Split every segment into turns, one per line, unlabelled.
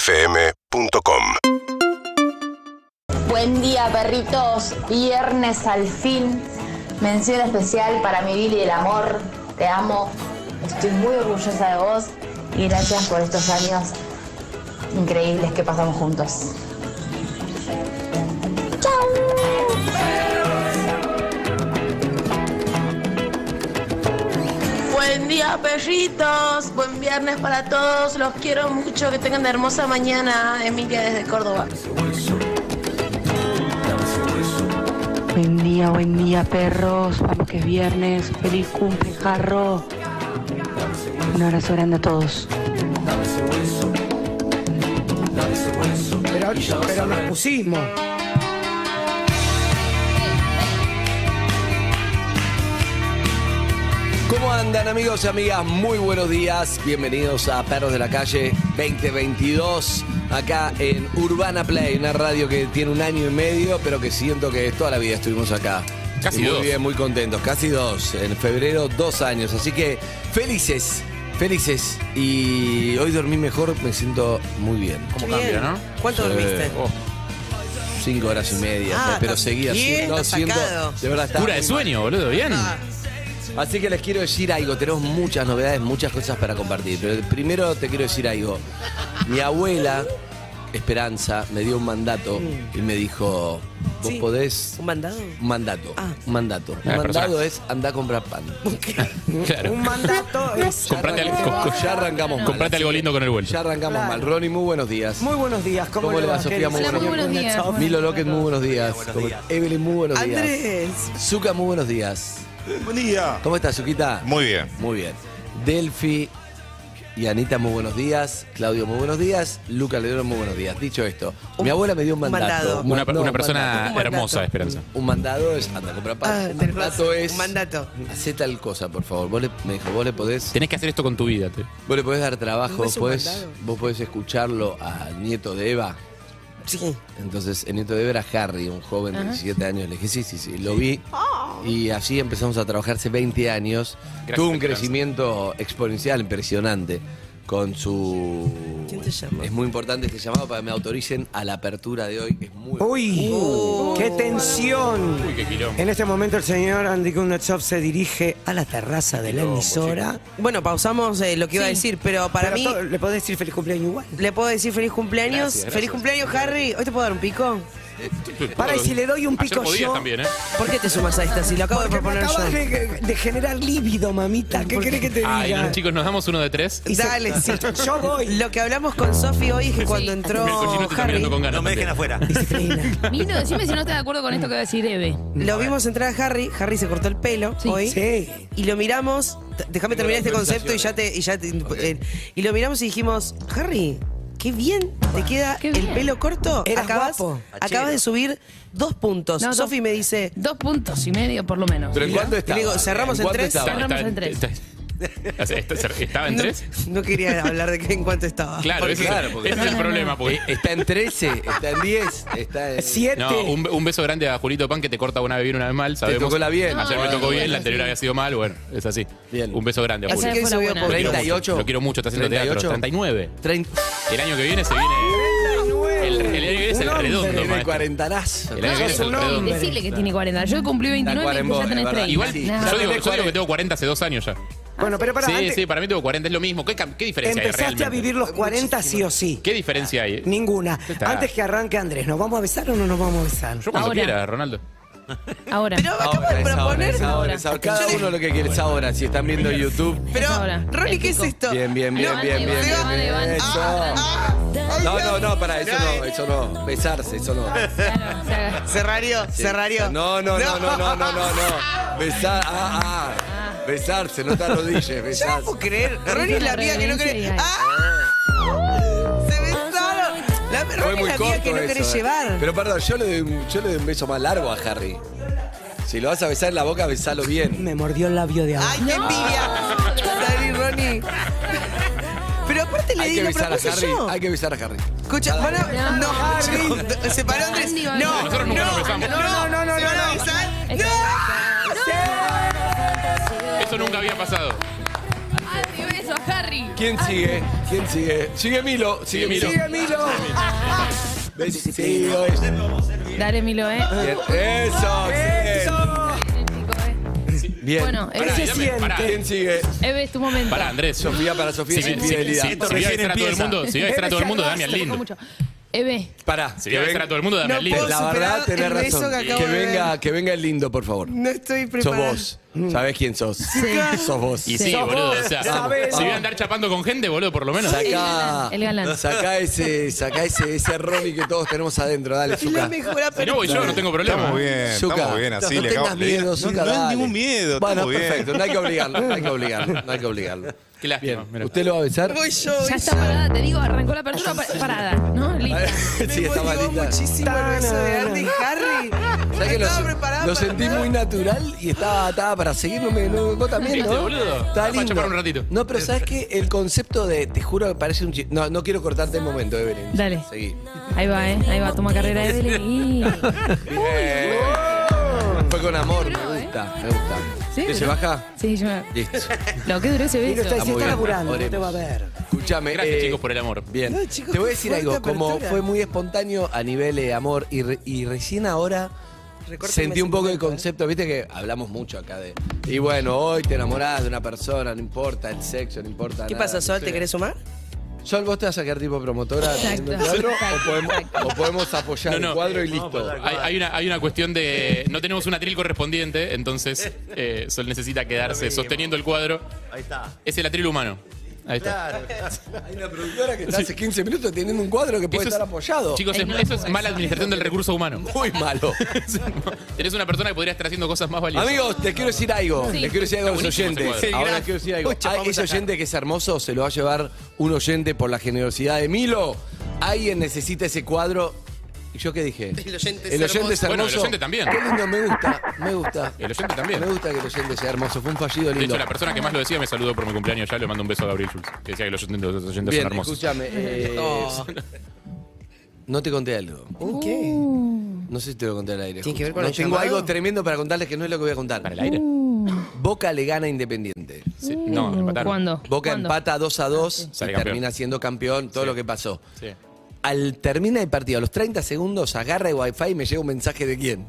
UrbanaPlayFM.com
Buen día, perritos. Viernes al fin. Mención especial para mi Billy del amor. Te amo. Estoy muy orgullosa de vos y gracias por estos años increíbles que pasamos juntos.
Buen día, perritos. Buen viernes para todos. Los quiero mucho. Que tengan una hermosa mañana. Emilia desde Córdoba.
Buen día, buen día, perros. Vamos que es viernes. Feliz cumple, jarro. Un abrazo grande a todos.
Pero, pero nos pusimos.
¿Cómo andan amigos y amigas? Muy buenos días, bienvenidos a Perros de la Calle 2022, acá en Urbana Play, una radio que tiene un año y medio, pero que siento que toda la vida estuvimos acá.
Casi
Y muy
dos.
bien, muy contentos, casi dos, en febrero dos años, así que felices, felices, y hoy dormí mejor, me siento muy bien.
¿Cómo cambia, no?
¿Cuánto
Sí.
dormiste?
Oh,
Cinco horas y media,
Ah,
pero
estás
seguía
bien,
siendo,
estás
siendo-
sacado.
de verdad estaba
cura de
muy
sueño, boludo, bien.
Ah,
Así que les quiero decir algo, tenemos muchas novedades, muchas cosas para compartir, pero primero te quiero decir algo. Mi abuela, Esperanza, me dio un mandato y me dijo, vos
Sí.
podés...
¿Un mandado?
Un mandato,
Ah.
un mandato. Un
Ah,
mandado
personaje.
es andá a comprar pan.
Claro.
Un mandato es.
Comprate algo, co- co-
Ya arrancamos mal.
comprate algo lindo con el vuelo.
Ya arrancamos
Claro.
mal. Ronnie, muy buenos días.
Muy buenos días. ¿Cómo,
¿Cómo le va,
va,
Sofía?
querido
Muy
señor
buenos
Buenas tardes.
Milo Lockett, muy buenos días. Como- Evelyn, muy buenos días.
Andrés.
Zuka, muy buenos días.
Buen día.
¿Cómo estás, Zuquita?
Muy bien.
Muy bien. Delphi y Anita, muy buenos días. Claudio, muy buenos días. Luca Ledero, muy buenos días. Dicho esto, mi abuela me dio un
un
mandato.
mandado.
Ma-
Una, per-
no,
una
un mandato.
persona
mandato.
hermosa, Esperanza.
Un mandado es anda a comprar pan.
Ah,
un
tenés
mandato
razón.
es.
Un mandato.
Hacé tal cosa, por favor. Vos le, me dijo, vos le podés.
Tenés que hacer esto con tu vida. te-
Vos le podés dar trabajo,
¿No es
vos
un
podés,
mandado?
vos podés escucharlo al nieto de Eva.
Sí.
Entonces, el nieto de Eva era Harry, un joven de 17 años. Le dije, sí, sí, sí, lo vi.
Oh.
Y así empezamos a trabajarse 20 años.
Gracias,
Tuvo un
Esperanza.
crecimiento exponencial, impresionante. Con su.
¿Quién te llama?
Es muy importante este llamado para que me autoricen a la apertura de hoy. Es muy.
Uy, qué tensión.
Uy, qué quilombo.
En este momento el señor Andy Kundachov se dirige a la terraza de la emisora.
Bueno, pausamos eh, lo que iba a decir, pero para
Pero
mí.
todo- le podés decir feliz cumpleaños igual.
Le puedo decir feliz cumpleaños.
Gracias, gracias.
Feliz cumpleaños, Harry. ¿Hoy te puedo dar un pico?
Para, y si le doy un
Ayer
pico
podías
yo-
también, ¿eh?
¿Por qué te sumas a esta si lo acabo de
Porque me
proponer yo?
acabas de, de generar líbido, mamita. ¿Qué crees que te diga?
Ay, los chicos, nos damos uno de tres.
Y se-
Dale, sí.
Yo voy.
Lo que hablamos con Sofi hoy es que cuando entró
El cochino te está
Harry,
mirando con ganas.
No me dejen
también.
afuera.
Disciplina.
Milo, decime si no estás de acuerdo con esto que va a decir Eve.
lo vimos entrar a Harry, Harry se cortó el pelo hoy.
Sí.
Y lo miramos, t- déjame terminar este concepto y ya te. Y, ya te- eh, y lo miramos y dijimos, Harry, qué bien te queda
Qué
el
bien.
pelo corto.
Eras
acabas,
guapo.
acabas de subir dos puntos.
No, dos-
Sofi me dice,
Dos puntos y medio por lo menos.
¿Pero en cuánto
Y le
estaba?
digo, cerramos en
cuánto
tres?
estaba?
Cerramos en tres.
está- está- ¿Estaba en
no,
tres?
no quería hablar de qué en cuánto estaba.
Claro, ese,
claro,
es, el-
porque-
ese es el
No, no,
problema. Porque
Eh, Está en 13, está en 10, está en.
Siete.
No, un, un beso grande a Julito Pan que te corta una vez bien, una vez mal. Sabemos.
tocó la bien.
Ayer me
No,
tocó
bueno,
bien, la anterior
sí.
había sido mal. Bueno, es así.
Bien.
Un beso grande a
Así
Julio.
que
Esa
subió
fue la
por
buena.
Lo quiero mucho,
38.
Lo quiero mucho, está haciendo teatro. 39.
30.
El año que viene se viene. El, el año que viene es el redondo,
El
maestro.
cuarentanazo.
El año que viene es el redondo.
Decirle que tiene 40. Yo cumplí 29 y tú
cuarembó,
ya tenés
es verdad.
30.
Igual,
Sí.
No.
yo,
Ya
digo,
tenés
yo digo que
40.
tengo 40 hace dos años ya.
Bueno, pero para
sí,
antes,
sí, para mí tengo 40, es lo mismo. ¿Qué, cam- qué diferencia hay
empezaste
realmente?
a vivir los 40 sí o sí.
¿Qué diferencia hay?
Ninguna.
Ya está.
Antes que arranque Andrés, ¿nos vamos a besar o no nos vamos a besar?
Yo cuando
Ahora.
quiera, Ronaldo.
Ahora.
Pero acabo de
Ah, Es ahora,
proponer.
es ahora, es ahora. Cada uno lo que quiere es ahora. Si están viendo YouTube.
Pero,
Es ahora.
Ronnie, ¿qué es
Épico.
esto? Ah,
Bien, bien, bien,
No,
bien,
Iván,
bien. bien,
Iván,
bien,
Iván.
Eso.
ah.
No, no, no, para eso no, eso no. Besarse, eso no.
Claro, o sea,
Cerrario, cerrario.
No, no, no, no, no, no, no, no. Besar, ah, ah. Besarse, no te arrodilles,
Yo no puedo
besarse.
creer. Ronnie es la amiga que no cree.
Reverencia y-
¡Ah! Se besaron. La
Fue
Ronnie es
muy
la amiga
corto
que no
eso.
querés
eh.
llevar.
Pero perdón, yo le, doy un, yo le doy un beso más largo a Harry. Si lo vas a besar en la boca, besalo bien.
Me mordió el labio de abajo.
¡Ay, qué envidia! Sorry, Ronnie. Pero aparte le
Hay
di
que
lo
besar a
propuse
Harry,
yo.
hay que besar a Harry.
Escucha, van a... No, Harry. Se paró Andrés.
Andy va a
No,
besar.
Nosotros nunca nos
no, no,
besamos.
no, no, no. ¿Se van a besar?
Eso
¡No!
Eso nunca había pasado.
Andy, beso a Harry.
¿Quién sigue? ¿Quién sigue? Sigue Milo. Sigue Milo.
Sigue
Milo. Bendecido es.
Dale, Milo, ¿eh?
Bien. Eso. Eso.
Chico, eh.
Bien.
Bueno,
Pará,
Eve,
y dame- pará,
¿Quién sigue?
Eve, es tu momento.
pará, Andrés.
Sofía para Sofía
Si,
es
si, si, si,
infidelidad.
si voy a distraer a todo el mundo, si voy a distraer a todo el mundo, dame al
Te toco
lindo.
mucho. Eve,
Pará.
Si
que
voy a distraer
ven-
a todo el mundo, dame al lindo.
La
Superado
verdad, tenés
el beso
razón.
que
Que,
acabo de
venga,
ver.
que venga el lindo, por favor.
No estoy
Sos
preparada.
vos. Sabés quién sos. Sos vos.
Y sí,
Sos
boludo.
vos,
O sea,
sabés.
si voy a andar chapando con gente, boludo, por lo menos.
Sacá,
El galán.
sacá ese, sacá ese, ese Ronnie que todos tenemos adentro. Dale, Zucca.
Si no voy yo, no tengo problema.
Estamos bien, estamos bien así.
no
le
tengas
acabo- le-
miedo,
no-
Zucca,
no, hay
dale.
ningún miedo.
Bueno,
estamos bien.
perfecto, no hay que obligarlo, no hay que obligarlo, no hay que obligarlo.
Qué lástima,
Bien,
mira.
¿usted lo va a besar?
Voy yo.
ya está parada, te digo, arrancó la apertura pa- parada, ¿no? Lista.
sí, está
Me motivó
malita.
muchísimo el beso de Andy y Harry.
¿Sabés que
No
lo,
estaba
sen-
preparada
lo
para
sentí
nada.
muy natural y estaba, estaba para seguir, no me, no, vos también,
¿Viste,
¿no?
boludo?
Está
Da para
lindo.
chapar un ratito.
No, pero ¿sabes qué? El concepto de, te juro que parece un chi- No, no quiero cortarte el momento, Evelyn.
Dale.
Seguí.
Ahí va, ¿eh? Ahí va, toma carrera Evelyn.
Bien. Fue con amor, me
Duró, ¿eh?
gusta, me gusta.
Sí,
¿Que se
duró.
baja?
Sí, yo me...
Listo. Está
Lo que duró ese
Y no está,
beso.
se
muy
está
bien.
laburando, no te
Oremos.
va a ver.
Escúchame.
Gracias,
eh,
chicos, por el amor.
Bien.
No, chicos,
Te voy a
qué
decir
fuerte
algo, como
apertura.
fue muy espontáneo a nivel eh, amor y, re- y recién ahora
Recórtame
sentí
ese
un poco el
momento, eh.
concepto, viste que hablamos mucho acá de... Y bueno, hoy te enamorás de una persona, no importa el sexo, no importa
¿Qué
nada.
pasa, Sol? ¿Te querés sumar?
Sol, vos te vas a quedar tipo promotora haciendo el
Exacto.
cuadro o podemos, o podemos apoyar
No, no. eh,
el cuadro y listo.
Hay, hay una, hay una cuestión de. No tenemos un atril correspondiente, entonces eh, Sol necesita quedarse sosteniendo el cuadro.
Ahí está.
Es el atril humano. Ahí está.
Claro.
Hay una productora que está hace 15 minutos teniendo un cuadro que puede
Eso es-
estar apoyado.
Chicos, es-
Ay, no,
eso es
eso-
mala administración del recurso humano.
Muy malo.
Tenés una persona que podría estar haciendo cosas más valiosas.
Amigos, te quiero decir algo.
Sí.
Les quiero decir algo a los
Está buenísimo
oyentes.
ese cuadro.
Ahora les quiero decir algo. Hay ese oyente que es hermoso se lo va a llevar un oyente por la generosidad de Milo. Alguien necesita ese cuadro. ¿Y yo qué dije? El oyente es hermoso.
Bueno, el oyente también.
Qué lindo, me gusta, me gusta.
El oyente también.
Me gusta que el oyente sea hermoso. Fue un fallido
De
lindo.
hecho, la persona que más lo decía me saludó por mi cumpleaños ya. Le mando un beso a Gabriel Schultz, que decía que los oyentes, los oyentes
Bien,
son hermosos.
escúchame. eh, No te conté algo.
¿Qué?
Uh.
No sé si te lo conté al aire.
Uh. ¿Tiene que ver con
No,
el
Tengo
llamado?
algo tremendo para contarles que no es lo que voy a contar.
Para el aire.
Boca le gana a Independiente.
Sí. No, me mataron.
Uh, ¿Cuándo?
Boca
Oh, ¿Cuándo? Ah,
empata 2 a 2 y
Sale campeón.
termina siendo campeón, todo lo que pasó.
Sí.
Al termina el partido, a los 30 segundos, agarra el wifi y me llega un mensaje de quién.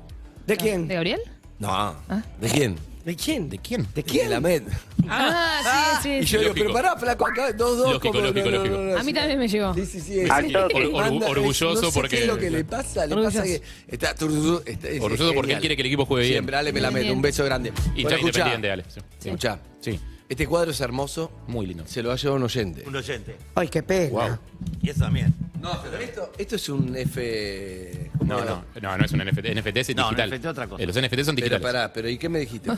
¿De
¿De
quién?
Gabriel?
No. ¿De quién?
¿De quién?
Ah. ¿De quién?
¿De quién? la Med.
Ah, sí,
Y
sí.
yo digo,
Lógico.
pero pará, flaco, acá 2-2.
Lógico,
como-
lógico, lógico.
A mí también me llegó.
Sí, sí, sí. es-
Al toque. Or- orgu-
Anda, es-
orgulloso
no sé
porque-
¿Qué es lo que le pasa? Le
Orgulloso.
pasa que. Está, tururú, está- es-
Orgulloso
es
porque
genial.
él quiere que el equipo juegue bien.
Siempre, Ale, me la meto.
Bien.
Un beso grande.
Y
Bueno,
ya
escuchá,
independiente, dale. Sí. Sí.
escuchá.
Sí.
Este cuadro es hermoso.
Muy lindo.
Se lo va a llevar un oyente.
Un oyente.
Ay, qué pena.
Y eso también.
No, pero esto, esto es un F. ¿cómo
No,
era?
no, no, no es un NFT. NFT es
No,
digital.
NFT es otra cosa.
Eh, Los NFT son
Pero
digitales.
pará, pero ¿y qué me dijiste?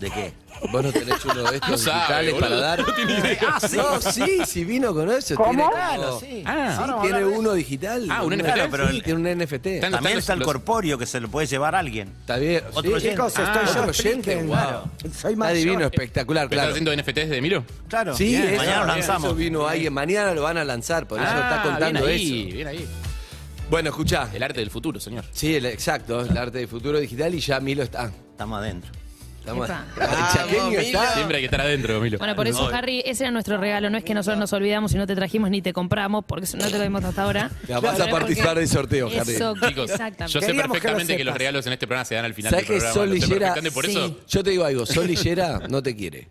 ¿De qué?
Vos no tenés uno de estos
No sabe,
digitales
boludo.
para dar.
No tiene idea.
Ah, sí. No, sí, si vino con eso. Tiene, claro, sí.
Ah.
Sí, tiene uno digital.
Ah, un
Uno-
NFT.
pero sí, tiene un NFT.
Están-
Está-
También
los-
está el
los-
corpóreo que se lo puede llevar a alguien.
Está bien.
Otro
sí.
oyente.
¿Qué cosa?
Ah,
Estoy
otro
yo.
oyente,
expliquen.
wow.
Soy
Está
mayor.
divino, espectacular,
¿Estás
claro.
haciendo NFTs de Miro?
Claro.
Sí, eso,
mañana lo
eso
lanzamos.
vino alguien, mañana lo van a lanzar, por eso está contando
Ah, bien ahí,
eso.
Bien ahí.
Bueno, escuchá.
El arte del futuro, señor.
Sí, el- exacto, el arte de futuro digital y ya Milo está.
Estamos adentro.
Estamos-
Epa.
el chaqueño está.
Siempre hay que estar adentro, Milo.
Bueno, por eso, Harry, ese era nuestro regalo. No es que nosotros nos olvidamos y no te trajimos ni te compramos, porque eso no te lo dimos hasta ahora.
Ya vas a participar del sorteo, Harry.
Eso,
Chicos, yo sé
exactamente.
Queríamos que lo
perfectamente que, los
sepas.
regalos en este programa se dan al final
¿Sabes
del
que
programa.
Sol
Lo sé
Lillera?
perfectamente, por eso,
Yo te digo algo, Sol Lillera no te quiere.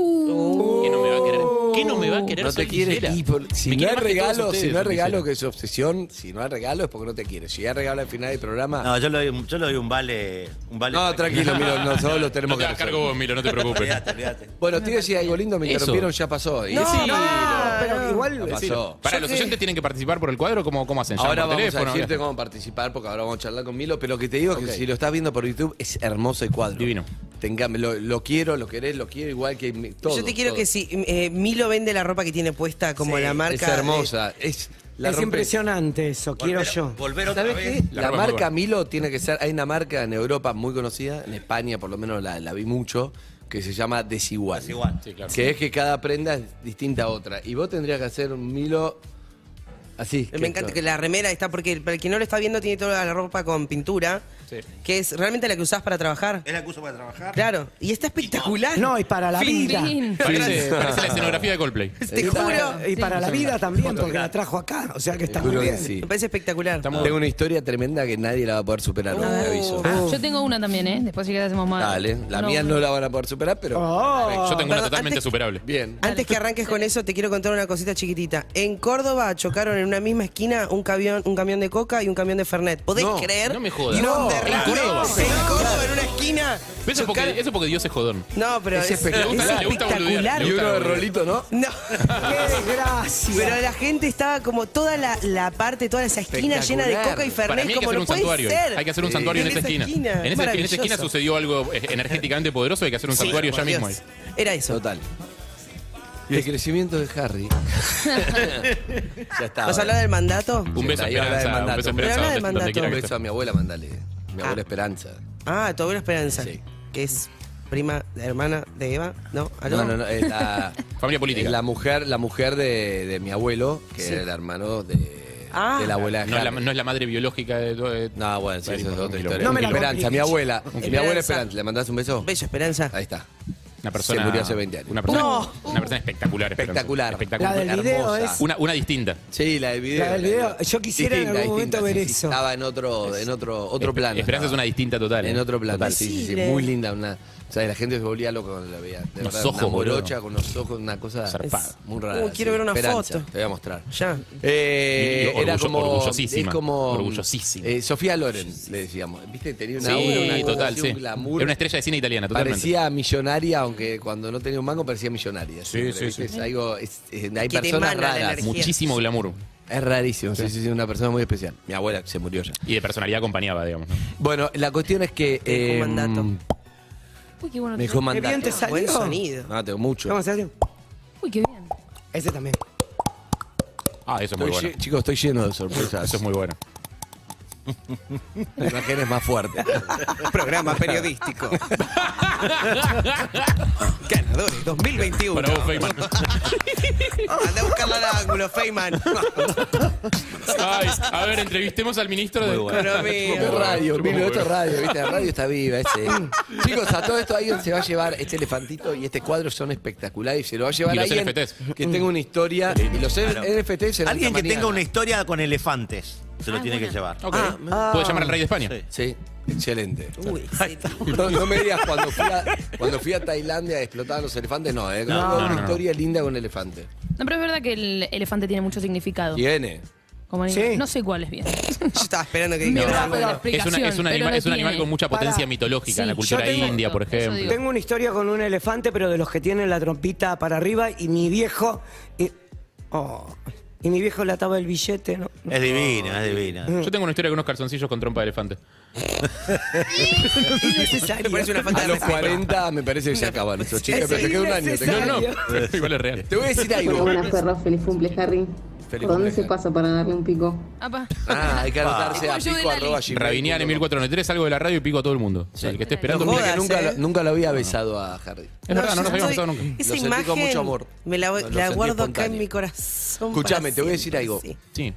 ¿qué no me va a querer? ¿Qué no me va a querer
No te
Sol
quiere.
Lillera?
y por- si
Me
no hay
quiere más que todos
regalo, si
ustedes,
no hay
Sol
regalo,
Lillera.
que es su obsesión, si no hay regalo es porque no te quiere. Si hay regalo al final del programa. No,
No, yo le doy, un- yo le doy un vale. Un vale
tranquilo, Milo, nosotros lo tenemos
No te
que
hagas
hacer.
cargo vos, Milo, no te preocupes.
Olvídate, olvídate.
Bueno, te iba a decir algo lindo, me
Eso.
interrumpieron, ya pasó. Y
No,
sí,
no, pero igual.
ya pasó.
Para los oyentes tienen que participar por el cuadro, ¿cómo, cómo hacen? ¿Llaman
Ahora
por
vamos
teléfono?
a decirte cómo participar, porque ahora vamos a charlar con Milo, pero lo que te digo es que si lo estás viendo por YouTube, es hermoso el cuadro.
Divino.
Te encanta, lo, lo quiero, lo querés, lo quiero igual que mi- todo.
Yo te quiero
todo.
que si eh, Milo vende la ropa que tiene puesta como la marca.
Es hermosa. Es, la
es
rompe.
impresionante eso, quiero
Volver-
yo.
Volver otra
¿Sabes qué?
vez.
La
La,
ropa es muy buena.
marca Milo tiene que ser. Hay una marca en Europa muy conocida, en España por lo menos la, la vi mucho, que se llama Desigual.
Desigual.
Sí, claro.
Que es que cada prenda es distinta a otra. Y vos tendrías que hacer un Milo así.
Me encanta
esto-
que la remera está, porque para el que no lo está viendo tiene toda la ropa con pintura. Que es realmente la que usás para trabajar.
Es la que uso para trabajar.
Claro. Y está espectacular.
No, y para la
Fin.
vida.
Fin.
Parece, parece la escenografía de Coldplay.
Te juro.
Y para la vida también, porque la trajo acá. O sea que está muy
Juro que
bien.
sí.
Me parece espectacular.
Tengo una historia tremenda que nadie la va a poder superar, te aviso.
Yo tengo una también, ¿eh? Después si querés hacemos más.
Dale, la
No,
mía no la van a poder superar, pero
Yo tengo una
Perdón,
totalmente
antes-
superable.
bien.
Antes que arranques con eso, te quiero contar una cosita chiquitita. En Córdoba chocaron en una misma esquina un camión, un camión de coca y un camión de Fernet. ¿Podés
No,
creer?
no me jodas.
Y
No,
de
en
repente,
Córdoba.
En Córdoba, en una esquina.
Pero Eso
chocaron-
porque, eso porque Dios es jodón.
No, pero
Es
es,
espectacular.
es
Le gusta boludear,
espectacular.
le
Y uno de
boludear.
rolito, ¿no?
No.
¡Qué desgracia!
Pero la gente estaba como toda la, la parte, toda esa esquina llena de
Espectacular.
coca
Para
y
mí
Fernet,
hay que
como
hacer
no
un
puede
santuario. ahí.
ser.
Hay que hacer un
Sí.
santuario en, esa esquina. En, esa, en esa esquina
Maravilloso.
sucedió algo eh, energéticamente poderoso. Hay que hacer un
Sí,
santuario
por
ya mismo ahí.
Dios. Era eso.
Total. Y el crecimiento de Harry. ya está.
¿Vas a hablar del mandato?
Un beso,
Sí, ahí habla de
esperanza. Un
mandato.
beso,
Pero
esperanza.
habla de
donde- donde
mandato.
quiera
Un
que
beso a mi abuela, mandale. Mi abuela Esperanza.
Ah, tu abuela Esperanza.
Sí.
Que es prima, hermana de Eva. ¿No? ¿Aló?
No, no, no. Es la,
estés. Familia política.
es la mujer, la mujer de, de mi abuelo, que era el hermano de,
Ah.
de la abuela de
no, es la,
Harry.
no es la madre biológica de todo. eh,
No, bueno, sí,
Ahí,
eso es
por un
otra
quilombo.
historia.
No me la
Esperanza,
compliques.
mi abuela. Mi abuela
Esperanza.
Esperanza, ¿le mandás un beso?
Bello Esperanza.
Ahí está.
Una persona,
murió hace 20 años.
Una persona,
No.
una persona espectacular. Esperanza.
Espectacular.
La del video
Hermosa.
es-
Una, una distinta.
Sí, la del video.
La del video. Yo quisiera en algún momento ver
sí, sí.
eso.
Estaba en otro, en otro, otro
Espe-
plano.
Esperanza es una
estaba.
distinta total.
En
eh.
otro plano,
Total.
sí, sí, sí,
Posible.
muy linda. Una, o sea, la gente se volvía loca cuando la veía. De
Los
verdad,
ojos,
una morocha
boludo.
con los ojos, una cosa
Zarpado.
muy rara.
Uy, quiero ver una
Esperanza,
foto.
Te voy a mostrar.
Ya.
Eh,
Y- y
era
orgullo-
como.
orgullosísima,
Es como.
orgullosísima.
eh, Sofía Loren, le decíamos. ¿Viste? Tenía una aura,
Sí,
una cosa
total,
así,
sí.
un glamour.
Era una estrella de cine italiana, totalmente.
Parecía millonaria, aunque cuando no tenía un mango parecía millonaria. Sí, sí, sí. Es algo, es- es- hay
Que te
personas
emana la
raras.
energía.
Muchísimo glamour.
Es rarísimo, sí, sí, sí, una persona muy especial. Mi abuela se murió ya.
Y de personalidad acompañaba, digamos. ¿no?
Bueno, la cuestión es que.
Te dejó
eh,
mandato.
Uy, qué bueno.
Me dejó
Qué bien
mandato.
te salió.
Buen sonido.
No, tengo mucho.
Vamos a hacer.
Uy, qué bien.
Ese también.
Ah, eso es muy
Estoy
bueno.
lle- Chicos, estoy lleno de sorpresas.
Eso es muy bueno.
La imagen es más fuerte.
Programa periodístico. Ganadores 2021.
Para vos, Feynman.
Andá a buscarla al ángulo, Feynman.
Ay, a ver, entrevistemos al ministro de.
Qué
Economía.
radio, mira, esto es radio, ¿viste? La radio está viva. Ese. Chicos, a todo esto alguien se va a llevar este elefantito y este cuadro son espectaculares y se lo va a llevar
Y los
alguien
NFTs.
que tenga una historia. Y los
Claro.
NFTs serán
Alguien que
mañana.
tenga una historia con elefantes se lo
Ah,
tiene que llevar.
buena.
Ok. Puede llamar al rey de España.
Sí.
Sí, excelente.
Uy,
No, no me digas, cuando fui, a, cuando fui a Tailandia explotaban los elefantes, no, ¿eh? Tengo
no,
una
no.
historia linda con elefantes.
No, pero es verdad que el elefante tiene mucho significado.
Tiene.
Como animal.
Sí.
No sé cuál es bien.
yo estaba esperando que
No,
dijeras algo.
pero-
Es, una- es un
Explicación,
animal,
pero
es un
no
animal
tiene.
con mucha potencia
Pará.
mitológica
Sí,
en la
yo
cultura
tengo-
india, por
eso digo.
ejemplo.
Tengo una historia con un elefante, pero de los que tienen la trompita para arriba y mi viejo. Y, oh, y mi viejo le ataba el billete, ¿no?
Es divina, es divina.
Yo tengo una historia con unos calzoncillos con trompa de elefante.
Me parece una falta
A
de
los
respeto.
40 me parece que se acaban esos chistes,
Es
pero te queda un año. Te queda un
No,
año.
no, igual es real.
Te voy a decir algo.
perros. Feliz cumple, Harry.
Feliz ¿Por dónde cumple, se Harry.
pasa para darle un pico?
Apa.
Ah, hay que anotarse a
Como yo de
pico
Lali.
arroba gmail punto com.
Rabinian en 1493, salgo de la radio y pico a todo el mundo. O sea, el que esté esperando.
No
Mira que
jodas,
nunca,
eh.
lo- nunca lo había besado a Harry.
Es verdad, no nos
yo
habíamos
estoy-
pasado nunca.
Esa
Lo sentí
imagen
con mucho amor.
me la, voy-
Lo
la
sentí
guardo acá en
espontáneo.
mi corazón.
Escuchame,
para
te voy a decir
siempre,
algo.
sí.
Sí.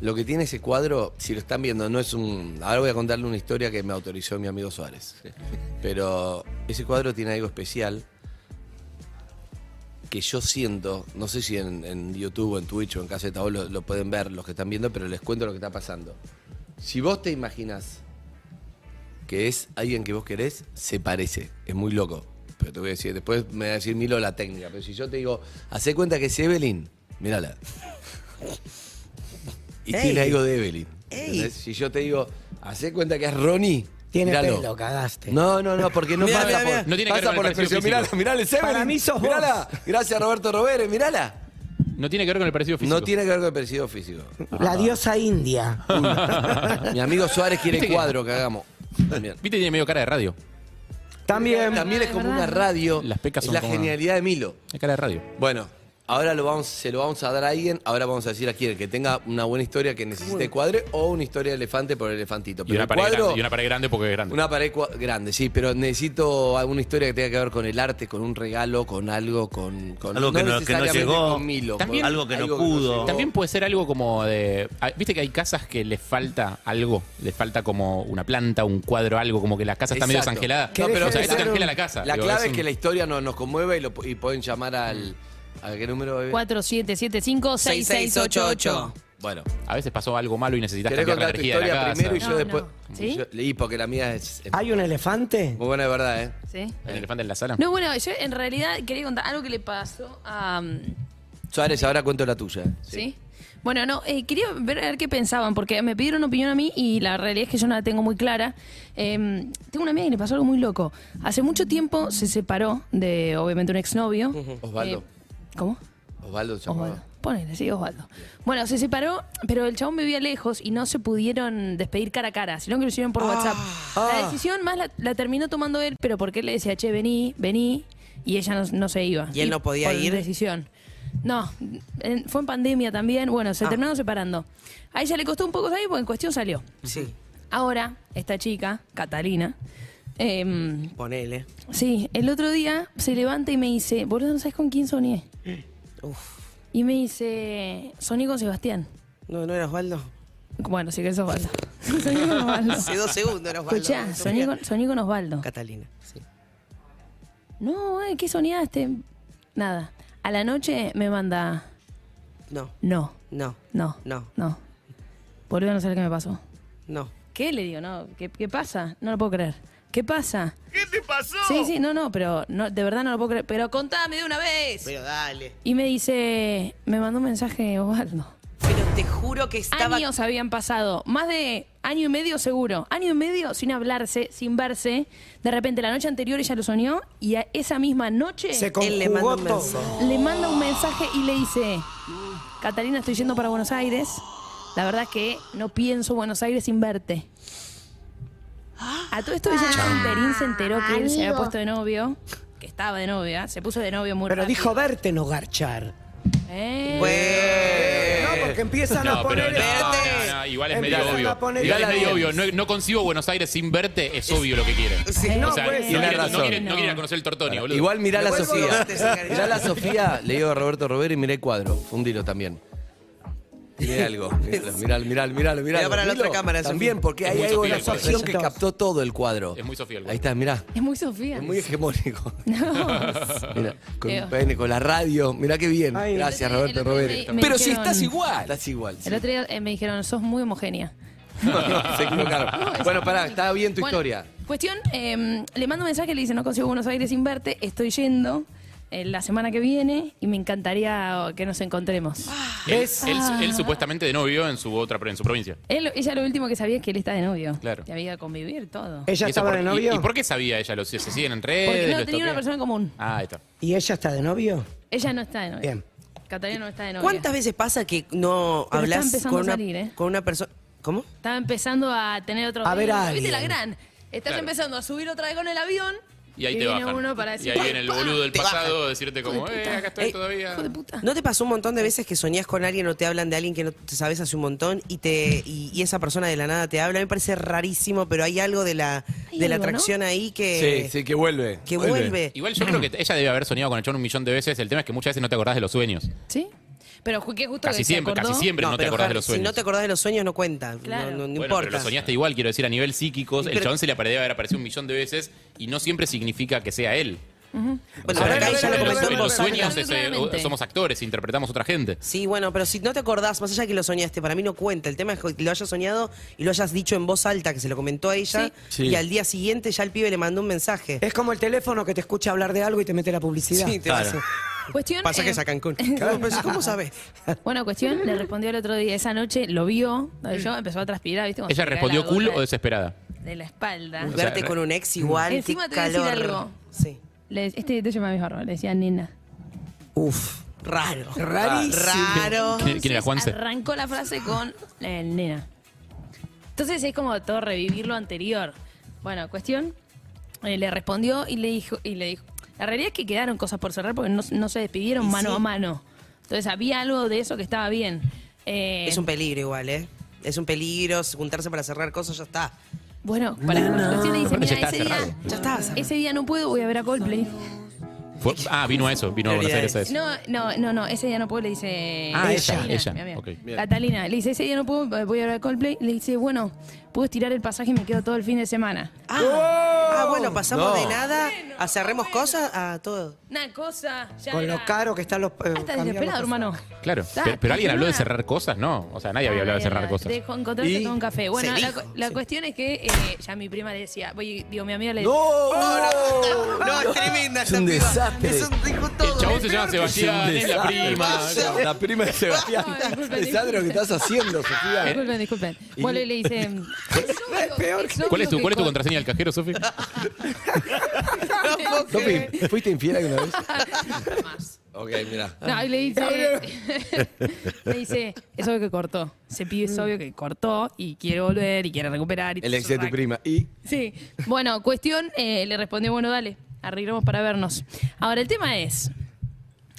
Lo que tiene ese cuadro, si lo están viendo, no es un. Ahora voy a contarle una historia que me autorizó mi amigo Suárez. Pero ese cuadro tiene algo especial que yo siento, no sé si en, en YouTube o en Twitch o en Caseta O lo, lo pueden ver los que están viendo, pero les cuento lo que está pasando. Si vos te imaginás que es alguien que vos querés, se parece. Es muy loco. Pero te voy a decir, después me va a decir Milo la técnica. Pero si yo te digo, hacé cuenta que es Evelyn, mírala. Y
Ey.
tiene algo de Evelyn.
Ey.
¿Entendés? Si yo te digo, hacé cuenta que es Ronnie.
Tiene
míralo.
pelo, cagaste.
No, no, no, porque no
Mirá,
pasa
mirá,
por,
mirá.
No tiene que ver
pasa
con
por la
el parecido
expresión. Mirala,
físico.
mirala, es Evelyn.
Para mí sos vos.
Mirala. Gracias, Roberto Robert, mirala.
No tiene que ver con el parecido físico.
No tiene que ver con el parecido físico.
Ah.
La diosa india.
Mi amigo Suárez quiere
¿Viste que-
cuadro que hagamos. También.
Viste, tiene medio cara de radio.
También.
También es como
¿verdad?
una radio.
Las pecas
es
son
la
como una-
genialidad de Milo.
Es cara de radio.
Bueno, Ahora lo vamos, se lo vamos a dar a alguien, ahora vamos a decir a quién, que tenga una buena historia que necesite cuadre o una historia de elefante por elefantito.
Y
Pero
una,
el
pared
cuadro-
grande, y una pared grande porque es grande.
Una pared cua- grande, sí, pero necesito alguna historia que tenga que ver con el arte, con un regalo, con algo, con... con-
Algo que no- que no
necesariamente
llegó,
con Milo,
también-
con
algo que no
llegó.
pudo.
También puede ser algo como de. ah, Viste que hay casas que les falta algo. Les falta como una planta, un cuadro, algo. Como que la casa está medio
Exacto.
desangelada.
No, pero
o sea, eso te
ser
angela
un-
la casa.
La
Digo,
clave es
un-
que la historia no- nos conmueva y, lo- y pueden llamar al... ¿A qué número? bebé?
4775-6688.
Bueno.
A veces pasó algo malo y necesitas
¿Querés
cambiar la
contar tu
energía de la
historia
casa.
primero y yo
No,
después...?
no. ¿Sí? Ah.
yo- y porque la mía es, es
¿Hay un elefante?
muy buena de verdad, ¿eh?
¿Sí?
¿El elefante en la sala?
No, bueno, yo en realidad quería contar algo que le pasó a... um,
Suárez, ahora cuento la tuya.
¿Sí? Bueno, no, eh, quería ver, a ver qué pensaban, porque me pidieron opinión a mí y la realidad es que yo no la tengo muy clara. Eh, tengo una amiga que le pasó algo muy loco. Hace mucho tiempo se separó de, obviamente, un exnovio.
Osvaldo.
Eh, ¿Cómo?
Osvaldo se llamaba.
Osvaldo. Ponele, sí, Osvaldo. Bueno, se separó, pero el chabón vivía lejos y no se pudieron despedir cara a cara, sino que lo hicieron
Ah.
por WhatsApp.
Ah.
La decisión más la, la terminó tomando él, pero porque él le decía, che, vení, vení, y ella no, no se iba.
¿Y él no podía
por
ir?
decisión. No, en- fue en pandemia también. Bueno,
Ah.
se terminaron separando. A ella le costó un poco salir porque en cuestión salió.
Sí,
Ahora, esta chica, Catalina, em,
ponele.
Sí, el otro día se levanta y me dice, vos no sabes con quién soñé. Y me dice, soñé con Sebastián.
No, no era Osvaldo.
Bueno, sí que eso falta. soñé con Osvaldo.
Hace dos segundos era Osvaldo.
Escuchá, soñé
Sofía.
con, soñé con Osvaldo.
Catalina, sí.
No, eh, ¿qué soñaste? Nada. A la noche me manda,
No,
no,
no,
no,
No.
no. Boludo, no sé qué me pasó.
no.
¿Qué? Le digo, no, ¿qué, qué pasa? No lo puedo creer. ¿Qué pasa? ¿Qué te pasó? Sí, sí, no, no, pero no, de verdad no lo puedo creer. Pero contame de una vez.
Pero dale.
Y me dice, me mandó un mensaje Osvaldo.
Pero te juro que estaba.
Años habían pasado, más de año y medio seguro, año y medio sin hablarse, sin verse. De repente la noche anterior ella lo soñó y a esa misma noche
Se
Él le mandó
conjugó
un
todo.
mensaje.
le manda un mensaje y le dice, Catalina, estoy yendo para Buenos Aires. La verdad es que no pienso Buenos Aires sin verte. A todo esto ella en el interín se enteró que él se había
Amigo.
puesto de novio, que estaba de novia, se puso de novio muy
Pero
rápido.
dijo verte, no garchar.
Eh.
No, porque empiezan a
Eh. No, pero
poner...
no,
stories.
no, no, igual es medio
Empiezan a
obvio.
poner
Igual es
stories.
medio obvio. No, no concibo Buenos Aires sin verte, es obvio lo que quiere.
Sí, no,
Eh, o sea,
pues,
no,
tiene
quiere, no
razón.
quiere- no quiere ir a conocer el tortoni, boludo.
Igual mirá la
Me vuelvo
Sofía.
loco, te sacaría.
Mirá la Sofía, le digo a Roberto Robero y mirá el cuadro. Fundilo también. Tiene algo. Míralo, miralo, miralo, miralo.
Mirá para la otra
Míralo.
cámara, Sofía.
También, porque
Es
hay
muy
algo en
Sofía
la
el cuadro.
facción que captó todo el cuadro.
Es muy Sofía el cuadro.
Ahí está, mirá.
Es muy Sofía.
Es muy hegemónico.
No.
Mirá, con
Ew.
un pene, con la radio. Mirá qué bien.
Ay.
Gracias,
El otro día-
Roberto
el otro día
Robero.
me- me
Pero si
dijeron-
estás igual. Estás igual. sí.
El otro día eh, me dijeron, sos muy homogénea.
Se
No,
equivocaron.
es
Bueno, pará,
homogénea.
está bien tu
Bueno,
historia.
Cuestión, eh, le mando un mensaje, le dice, no consigo Buenos Aires sin verte, estoy yendo eh, la semana que viene y me encantaría que nos encontremos.
Él, él-
Ah.
él supuestamente de novio en su otra en su provincia.
Él- ella lo último que sabía es que él está de novio.
Claro.
Que había que convivir todo.
Ella
¿Y eso
estaba
por-
de
y-
novio.
¿Y, por qué sabía ella? ¿Lo, ¿Se se siguen en
Eh,
redes?
Porque no
¿Lo
tenía una
stalkean?
persona en común.
Ah, ahí está.
¿Y ella está de novio?
Ella no está de novio.
Bien.
Catalina no está de novio.
¿Cuántas veces pasa que no
Pero está
hablas
empezando
con
a
una,
salir, ¿eh?
con una persona? ¿Cómo?
Estaba empezando a tener otro.
A ver a
¿Viste la
alguien.
gran? Estás
Claro.
empezando a subir otra vez con el avión.
Y ahí
y
te
viene
bajan.
uno para decir,
y ahí viene el
"Pa,
boludo del
te bajan".
pasado a decirte como,
Hijo de
eh,
puta.
acá estoy
Ey,
todavía.
Hijo de puta.
¿No te pasó un montón de veces que soñás con alguien o te hablan de alguien que no te sabes hace un montón y te y, y esa persona de la nada te habla? A mí me parece rarísimo, pero hay algo de la,
Hay
de la
algo, ¿no?
atracción ahí que,
Eh,
Sí, sí, que vuelve.
que vuelve.
Igual yo creo que ella debe haber soñado con el chon un millón de veces. El tema es que muchas veces no te acordás de los sueños.
Sí. Pero ju- que justo
Casi
que se
siempre,
acordó.
casi siempre no, te
pero,
acordás de
Harry,
los sueños.
Si no te acordás de los sueños, no cuenta. No-
Claro.
No, no
Bueno,
importa.
Pero lo soñaste igual, quiero decir, a nivel psíquico, el
pero-
chabón se le debe haber aparecido un millón de veces y no siempre significa que sea él.
Bueno,
A ver,
acá
a ver,
ya
a ver, a
lo comentó
ver,
en
en
a
los
voz
ver,
alta.
sueños este,
Claramente.
somos actores, interpretamos otra gente.
Sí, bueno, pero si no te acordás, más allá que lo soñaste, para mí no cuenta. El tema es que lo hayas soñado y lo hayas dicho en voz alta, que se lo comentó a ella,
Sí.
y al día siguiente ya el pibe le mandó un mensaje.
Es como el teléfono que te escucha hablar de algo y te mete la publicidad.
Sí, te
Claro.
vas
Cuestión,
a- Pasa que
eh,
es a Cancún. Claro, pero ¿Cómo sabes?
Bueno, cuestión, le respondió el otro día. Esa noche lo vio, lo yo, empezó a transpirar, ¿viste? Cuando
¿Ella
se le cae
respondió
la
cool
gota
o desesperada?
De la espalda.
sea,
Verte
re-
con un ex igual,
Encima te
qué
voy a decir
calor.
algo.
Sí.
Le- este detalle me había le decía nena.
Uf, raro.
Rarísimo.
Oh,
Raro.
¿Quién, quién era Juanse?
Entonces, Arrancó la frase con eh, nena. Entonces es como todo revivir lo anterior. Bueno, cuestión. eh, le respondió y le dijo, y le dijo. La realidad es que quedaron cosas por cerrar porque no, no se despidieron
Y
mano
sí.
a mano. Entonces había algo de eso que estaba bien. Eh,
Es un peligro igual, ¿eh? Es un peligro juntarse para cerrar cosas, ya está.
Bueno, para que la persona dice,
Aparte ya
mira,
está
ese día,
cerrado.
Ya está. cerrado.
ese día no puedo, voy a ver a Coldplay.
Fue- ah, vino a eso, vino a Buenos Aires a eso.
No, no, no, no, ese día no puedo, le dice.
Ah, ella,
Catalina,
ella,
mi amiga.
ok.
Bien.
Catalina, le dice, ese día no puedo, eh, voy a ver a Coldplay. Le dice, bueno, puedo estirar el pasaje y me quedo todo el fin de semana.
Ah,
Oh.
ah, bueno, pasamos
No.
de nada a cerremos cosas a todo.
Una cosa, ya.
Con
era-
lo caro que están los. eh,
Hasta
cambiar los
desesperado, hermano.
Claro,
Está
pero, pero alguien habló de
fascinada.
cerrar cosas, ¿no. O sea, nadie había hablado de cerrar cosas.
Dejo encontrarse
Y
con un café. Bueno,
se
la,
dijo,
cu- la cuestión es que eh, ya mi prima le decía, voy, digo, mi amiga le decía.
¡No!
No, es tremenda
Es un
esta piba.
desastre.
Es un dijo
El
todo.
chabón se llama Sebastián, es la prima.
La prima de Sebastián.
Ay, disculpen,
Desastre lo que estás haciendo, Sofía.
Eh,
Disculpen, disculpen. Bueno, y le dice.
Es peor que-
¿Cuál es tu, cuál es tu contraseña del cajero, Sofi?
contraseña?
Sofi, ¿fuiste infiel alguna vez? Ok, mira.
No, y le dice. le dice, es obvio que cortó. Ese pibe es obvio que cortó y quiere volver y quiere recuperar. Y
El ex de tu
todo.
prima. Y
Sí. Bueno, cuestión, eh, le respondió, bueno, dale, arreglamos para vernos. Ahora, el tema es,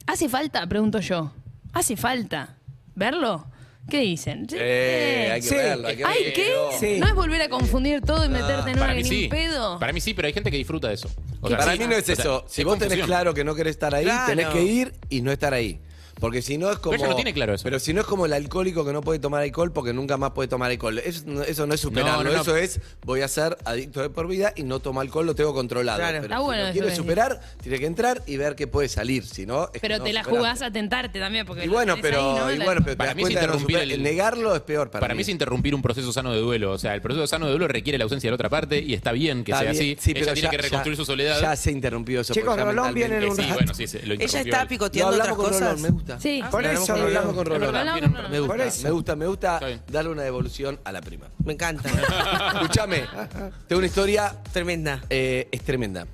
¿hace falta? Pregunto yo. ¿Hace falta verlo? ¿Qué dicen? Sí.
Eh, hay que
Sí.
verlo, hay que
¿Ay,
verlo.
qué?
Sí.
¿No es volver a confundir todo y meterte en una
Ah, Para mí
que ni
sí.
un pedo?
Para mí sí, pero hay gente que disfruta de eso. O sea,
Para
sí.
mí no es
O sea,
eso. Si
es
vos tenés
confusión.
claro que no querés estar ahí,
Claro.
tenés que ir y no estar ahí. Porque si no es como.
ella lo tiene claro eso.
Pero si no es como el alcohólico que no puede tomar alcohol porque nunca más puede tomar alcohol. Eso, no- eso no es superarlo.
No, no, no.
Eso es voy a ser adicto de por vida y no tomo alcohol, lo tengo controlado.
Claro.
Pero
Está
si
bueno
lo
eso
quieres
que
superar, tiene que entrar y ver qué puede salir. Si no, es que
Pero
no
te la
superaste.
jugás a tentarte también, porque
Y
lo
bueno,
tenés
pero,
ahí, ¿no?
y
La-
bueno, pero te
Para
das
mí es
cuenta de no
interrumpir
superar-
el-
Negarlo es peor para,
Para mí es interrumpir un proceso sano de duelo. O sea, el proceso sano de duelo requiere la ausencia del otra parte y está bien que
Está
sea
bien.
así.
Sí,
Ella
pero
tiene
ya-
que reconstruir
ya-
su soledad. Eh,
Ya se interrumpió eso.
Chicos,
porque ya
Rolón
mentalmente-
viene en un
Sí,
rato.
bueno, sí, se lo
Ella
interrumpió
está
él.
Lo
picoteando otras
hablamos con
cosas.
Rolón, me gusta. Ah,
Sí.
Por
Hablamos
eso,
con
Rolón.
Rolón, con
Es
Rolón.
verdad,
Rolón,
bien,
no, no,
Me
no.
Por
gusta,
eso.
me gusta, me gusta
Está bien.
darle una devolución a la prima.
Me encanta.
Escúchame, tengo una historia,
Tremenda.
eh, es tremenda.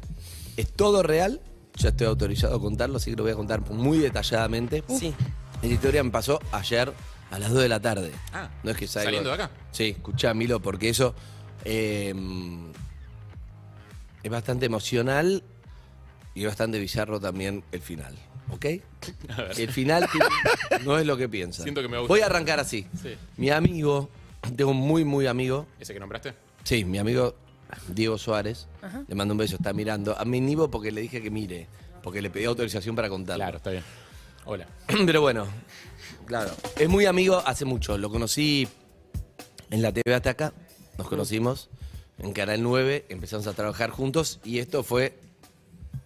Es todo real, ya estoy autorizado a contarlo, así que lo voy a contar muy detalladamente.
Sí.
Esta historia me pasó ayer a las 2 de la tarde.
Ah,
no es que salgo-
¿saliendo de acá?
Sí, escuchá, Milo, porque eso eh, es bastante emocional y bastante bizarro también el final, ¿ok? El final tiene- no es lo que piensan.
Siento que me va a gustar.
Voy a arrancar así.
Sí.
Mi amigo, tengo un muy, muy amigo,
¿Ese que nombraste?
Sí, mi amigo Diego Suárez, le mando un beso, está mirando. A mi Nivo porque le dije que mire, porque le pedí autorización para contarlo.
Claro, está bien. Hola.
Pero bueno, claro. Es muy amigo hace mucho. Lo conocí en la TV hasta acá, nos conocimos en Canal 9, empezamos a trabajar juntos y esto fue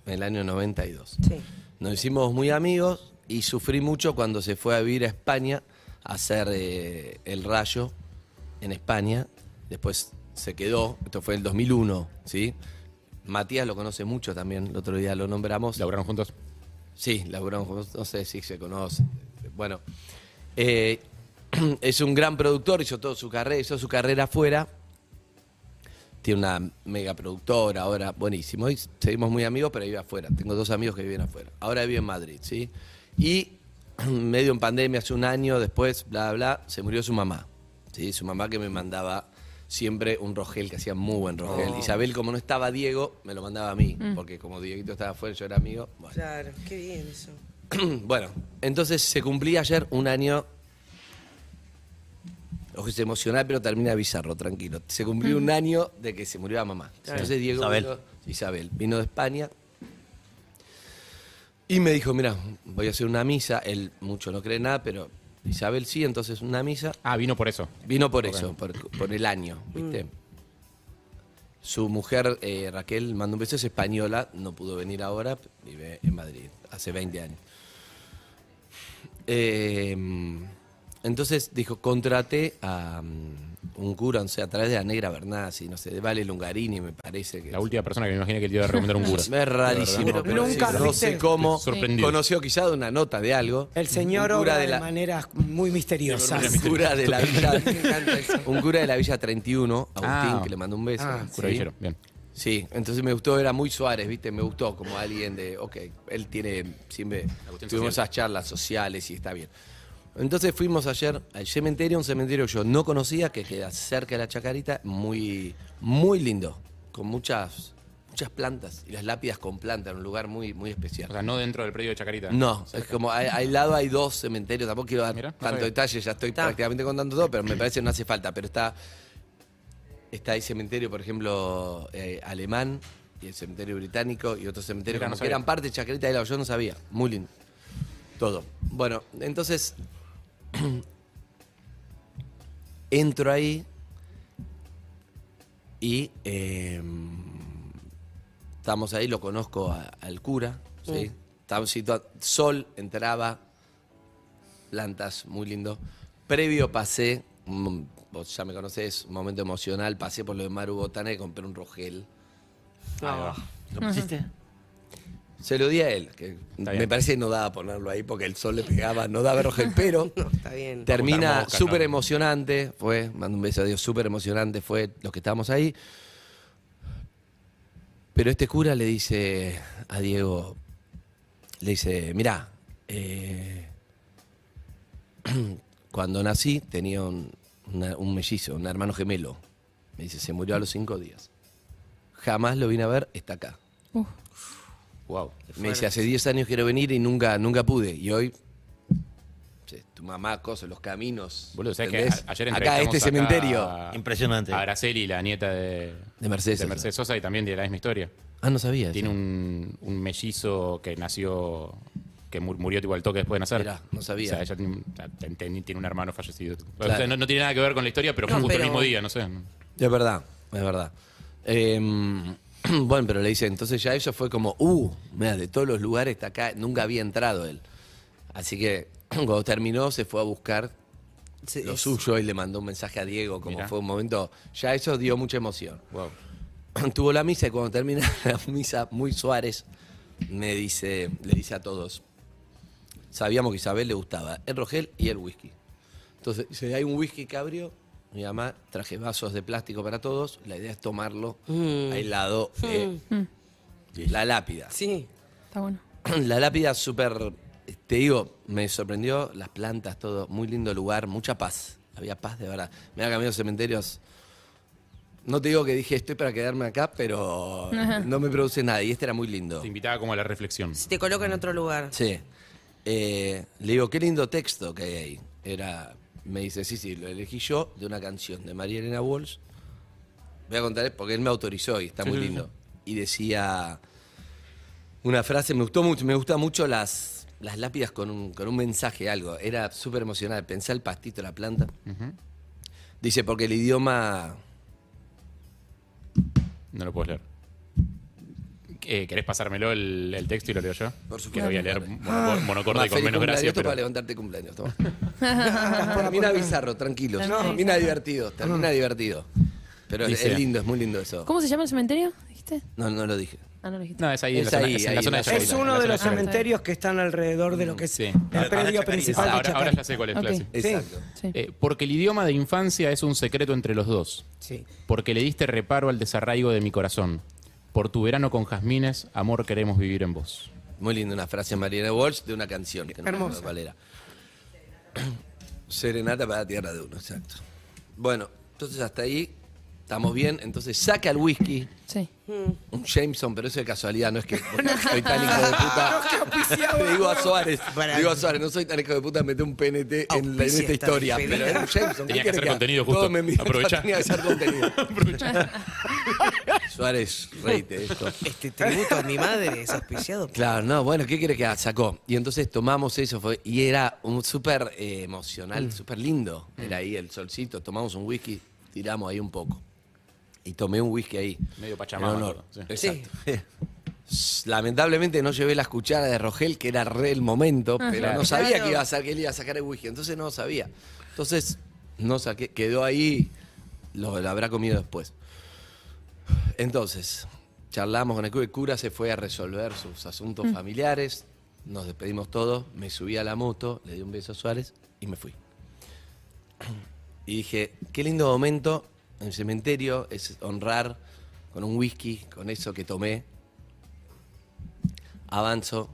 en el año 92.
Sí.
Nos hicimos muy amigos y sufrí mucho cuando se fue a vivir a España a hacer eh, el rayo en España. Después se quedó, esto fue el 2001, ¿sí? Matías lo conoce mucho también, el otro día lo nombramos.
¿Laburaron juntos?
Sí, laburamos juntos, no sé si se conoce. Bueno, eh, es un gran productor, hizo toda su carrera, hizo su carrera afuera. Tiene una mega productora ahora, buenísimo. Y seguimos muy amigos, pero vive afuera. Tengo dos amigos que viven afuera. Ahora vive en Madrid, ¿sí? Y medio en pandemia, hace un año después, bla, bla, se murió su mamá. ¿sí? Su mamá que me mandaba siempre un Rogel, que hacía muy buen Rogel. Isabel, como no estaba Diego, me lo mandaba a mí, porque como Dieguito estaba afuera, yo era amigo. Bueno.
Claro, qué bien eso.
bueno, entonces se cumplía ayer un año. Ojo, es emocional, pero termina bizarro, tranquilo. Se cumplió un año de que se murió la mamá. Entonces Diego
Isabel.
Vino, Isabel vino de España y me dijo, mira, voy a hacer una misa. Él mucho no cree nada, pero Isabel sí, entonces una misa.
Ah, vino por eso.
Vino por eso, por, por el año,
Mm.
¿viste? Su mujer, eh, Raquel, mandó un beso, es española, no pudo venir ahora, vive en Madrid, hace 20 años. Eh, entonces dijo, contraté a um, un cura, o sea, a través de la negra Bernasi, no sé, de Vale Lungarini, me parece que...
La última persona que me imaginé que le iba a recomendar un cura.
Es rarísimo.
Pero
pero
nunca
no sé
fuiste-
cómo.
Sorprendido.
Conoció quizá de una nota de algo.
El señor obra
Un cura
de,
de la,
maneras muy misteriosas.
un cura de la Villa. un cura de la Villa 31, Agustín,
Ah.
que le mandó un beso.
Ah,
Cura
sí.
Villero, bien.
Sí, entonces me gustó, era muy Suárez, ¿viste? Me gustó como alguien de, ok, él tiene, siempre
Agustín
tuvimos
social.
esas charlas sociales y está bien. Entonces fuimos ayer al cementerio, un cementerio que yo no conocía, que queda cerca de la Chacarita, muy, muy lindo, con muchas muchas plantas y las lápidas con plantas, un lugar muy, muy especial.
O sea, no dentro del predio de Chacarita.
No, es como a- al lado hay dos cementerios, tampoco quiero dar tanto
sabía.
detalle, ya estoy prácticamente contando todo, pero me parece que no hace falta. Pero está, está el cementerio, por ejemplo, eh, alemán, y el cementerio británico, y otro cementerio
Mira,
como
no
que
sabía.
eran parte de Chacarita del Lago, yo no sabía. Muy lindo. Todo. Bueno, entonces entro ahí y eh, estamos ahí, lo conozco a- al cura, ¿sí?
Mm.
Estamos situa- sol entraba, plantas, muy lindo. Previo pasé, mm, vos ya me conocés, un momento emocional, pasé por lo de Maru Botana y compré un rogel.
Ah. ¿Lo pusiste?
Se lo di a él, que me
bien.
parece que no daba ponerlo ahí porque el sol le pegaba, no daba rogel, pero
Está bien.
Termina
Juntar moscas,
súper
¿no?
emocionante, fue, mando un beso a Dios, súper emocionante fue los que estábamos ahí. Pero este cura le dice a Diego, le dice, mirá, eh, cuando nací tenía un, una- un mellizo, un hermano gemelo. Me dice, se murió a los cinco días. Jamás lo vine a ver, está acá.
Wow.
Me dice, hace 10 años quiero venir y nunca, nunca pude. Y hoy, che, tu mamá, cosas, los caminos.
Boludo, ¿sabes que
¿entendés?
a- ayer
Acá,
entrevistamos
este
acá
cementerio.
a-
Impresionante.
A Araceli, la nieta de,
De Mercedes
de
Sosa.
Mercedes Sosa, y también tiene la misma historia.
Ah, no sabía.
Tiene
eso.
un, un mellizo que nació, que mu- murió tipo al toque después de nacer.
Mirá, no sabía.
O sea, ella tiene, o sea, ten- ten- tiene un hermano fallecido. O
Claro.
sea, no, no tiene nada que ver con la historia, pero fue
No,
justo
pero-
el mismo día, no sé.
Es verdad, es verdad. Eh, bueno, pero le dice, entonces ya eso fue como, uh, mira, de todos los lugares está acá, nunca había entrado él. Así que cuando terminó se fue a buscar
Sí,
lo
es-
suyo y le mandó un mensaje a Diego, como
Mirá.
fue un momento, ya eso dio mucha emoción.
Wow.
tuvo la misa y cuando termina la misa, muy Suárez me dice, le dice a todos, sabíamos que a Isabel le gustaba el rogel y el whisky. Entonces, dice, hay un whisky que abrió, mi mamá traje vasos de plástico para todos, la idea es tomarlo aislado de la lápida.
Sí.
Está bueno.
La lápida súper, te digo, me sorprendió, las plantas, todo, muy lindo lugar, mucha paz. Había paz de verdad. Me ha cambiado cementerios. No te digo que dije estoy para quedarme acá, pero no me produce nada. Y este era muy lindo.
Te invitaba como a la reflexión.
Si te coloca en otro lugar.
Sí. Eh, le digo, qué lindo texto que hay ahí. Era, me dice, sí, sí, lo elegí yo de una canción de María Elena Walsh. Voy a contar porque él me autorizó y está muy lindo. Y decía una frase, me gustó mucho, me gustan mucho las, las lápidas con un, con un mensaje, algo. Era súper emocional. Pensé el pastito, la planta. Dice, porque el idioma
No lo puedo leer. Eh, ¿Querés pasármelo el, el texto y lo leo yo?
Por
Que lo voy a leer
supuesto. Ah,
mono- monocorde y
Más
con
feliz
menos
cumpleaños,
gracia.
esto para
pero-
levantarte cumpleaños, toma. termina bizarro, tranquilos. Termina divertido, termina divertido. Pero es-
Dice-
es lindo, es muy lindo eso.
¿Cómo se llama el cementerio? ¿Dijiste?
No, no lo dije.
Ah, no lo dijiste.
No, es ahí, en,
Es
la zona,
ahí,
es en la
ahí, en
zona de
la
Es
zona.
Chacarita,
uno
en
de
la
los
zona de Chacarita.
cementerios que están alrededor
Mm.
de lo que es
Sí.
el predio principal de
Ahora, ahora
Chacarita.
ya sé cuál es
Ok.
Flash.
Exacto.
Sí.
Eh, porque el idioma de infancia es un secreto entre los dos.
Sí.
Porque le diste reparo al desarraigo de mi corazón. Por tu verano con jazmines, amor queremos vivir en vos.
Muy linda una frase de Mariana Walsh de una canción. Que no me acuerdo
Hermosa.
cuál era. Serenata para la tierra de uno, exacto. Bueno, entonces hasta ahí estamos bien. Entonces saca el whisky, Mm.
Sí.
un Jameson, pero eso de casualidad, no es que soy tan hijo de puta. Le digo a Suárez,
Para-
le digo a Suárez, no soy tan hijo de puta, metí un PNT en, la- en
Auspicia
esta
esta
historia.
despedida.
Pero era un Jameson. ¿qué
Tenía que
querés
hacer
haga?
contenido justo.
Todo me mira,
Aprovechá.
Tenía que hacer contenido. Suárez, reíte esto.
Este tributo a mi madre es auspiciado. por-
Claro, no, bueno, ¿qué quiere que haga? Sacó. Y entonces tomamos eso, fue, y era un súper eh, emocional, súper lindo. Era ahí el solcito, tomamos un whisky, tiramos ahí un poco. Y tomé un whisky ahí.
Medio Pachamama,
En honor.
todo,
Exacto. Lamentablemente no llevé las cucharas de Rogel, que era re el momento, pero no sabía
Ah, Claro.
que iba a sa- que él iba a sacar el whisky, entonces no sabía. Entonces, no saqué, quedó ahí, lo, lo habrá comido después. Entonces, charlamos con el cura, el cura se fue a resolver sus asuntos
Mm.
familiares, nos despedimos todos, me subí a la moto, le di un beso a Suárez y me fui. Y dije, qué lindo momento en el cementerio es honrar con un whisky, con eso que tomé. Avanzo,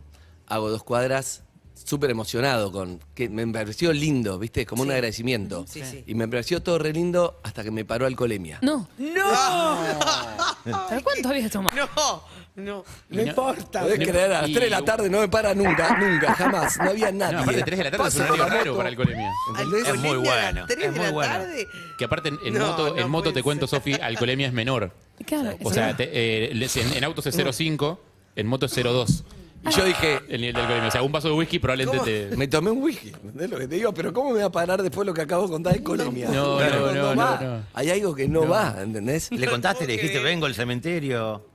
hago dos cuadras, súper emocionado con. que Me pareció lindo, ¿viste? Como un agradecimiento.
Sí, sí.
Y me pareció todo re lindo hasta que me paró alcoholemia. Ah.
No.
¡No!
¿Pero cuánto habías tomado?
¡No! ¡No!
No importa.
Podés creer, a las
Y-
3 de la tarde no me para nunca, nunca, jamás. No había nadie.
No, aparte, 3 de la tarde es un
Paso
horario
con la
raro
moto.
para alcoholemia.
Alcoholemia
Es muy
a las
bueno,
3
es
de
muy
la
bueno.
tarde.
Que aparte, en, en
No,
moto, en
no
moto
puede
te cuento,
ser.
Sofi, alcoholemia es menor.
Claro,
O
es
sea,
verdad.
te- eh, les- en, en autos es 0,5, en moto es 0,2
Y yo dije,
el nivel de alcoholemia. O sea, un vaso de whisky probablemente te.
me tomé un whisky, ¿entendés lo que te digo? Pero ¿cómo me va a parar después lo que acabo de contar de alcoholemia?
No, no,
va.
no, no, no.
Hay algo que no, va, ¿entendés?
Le contaste, le dijiste, vengo al cementerio.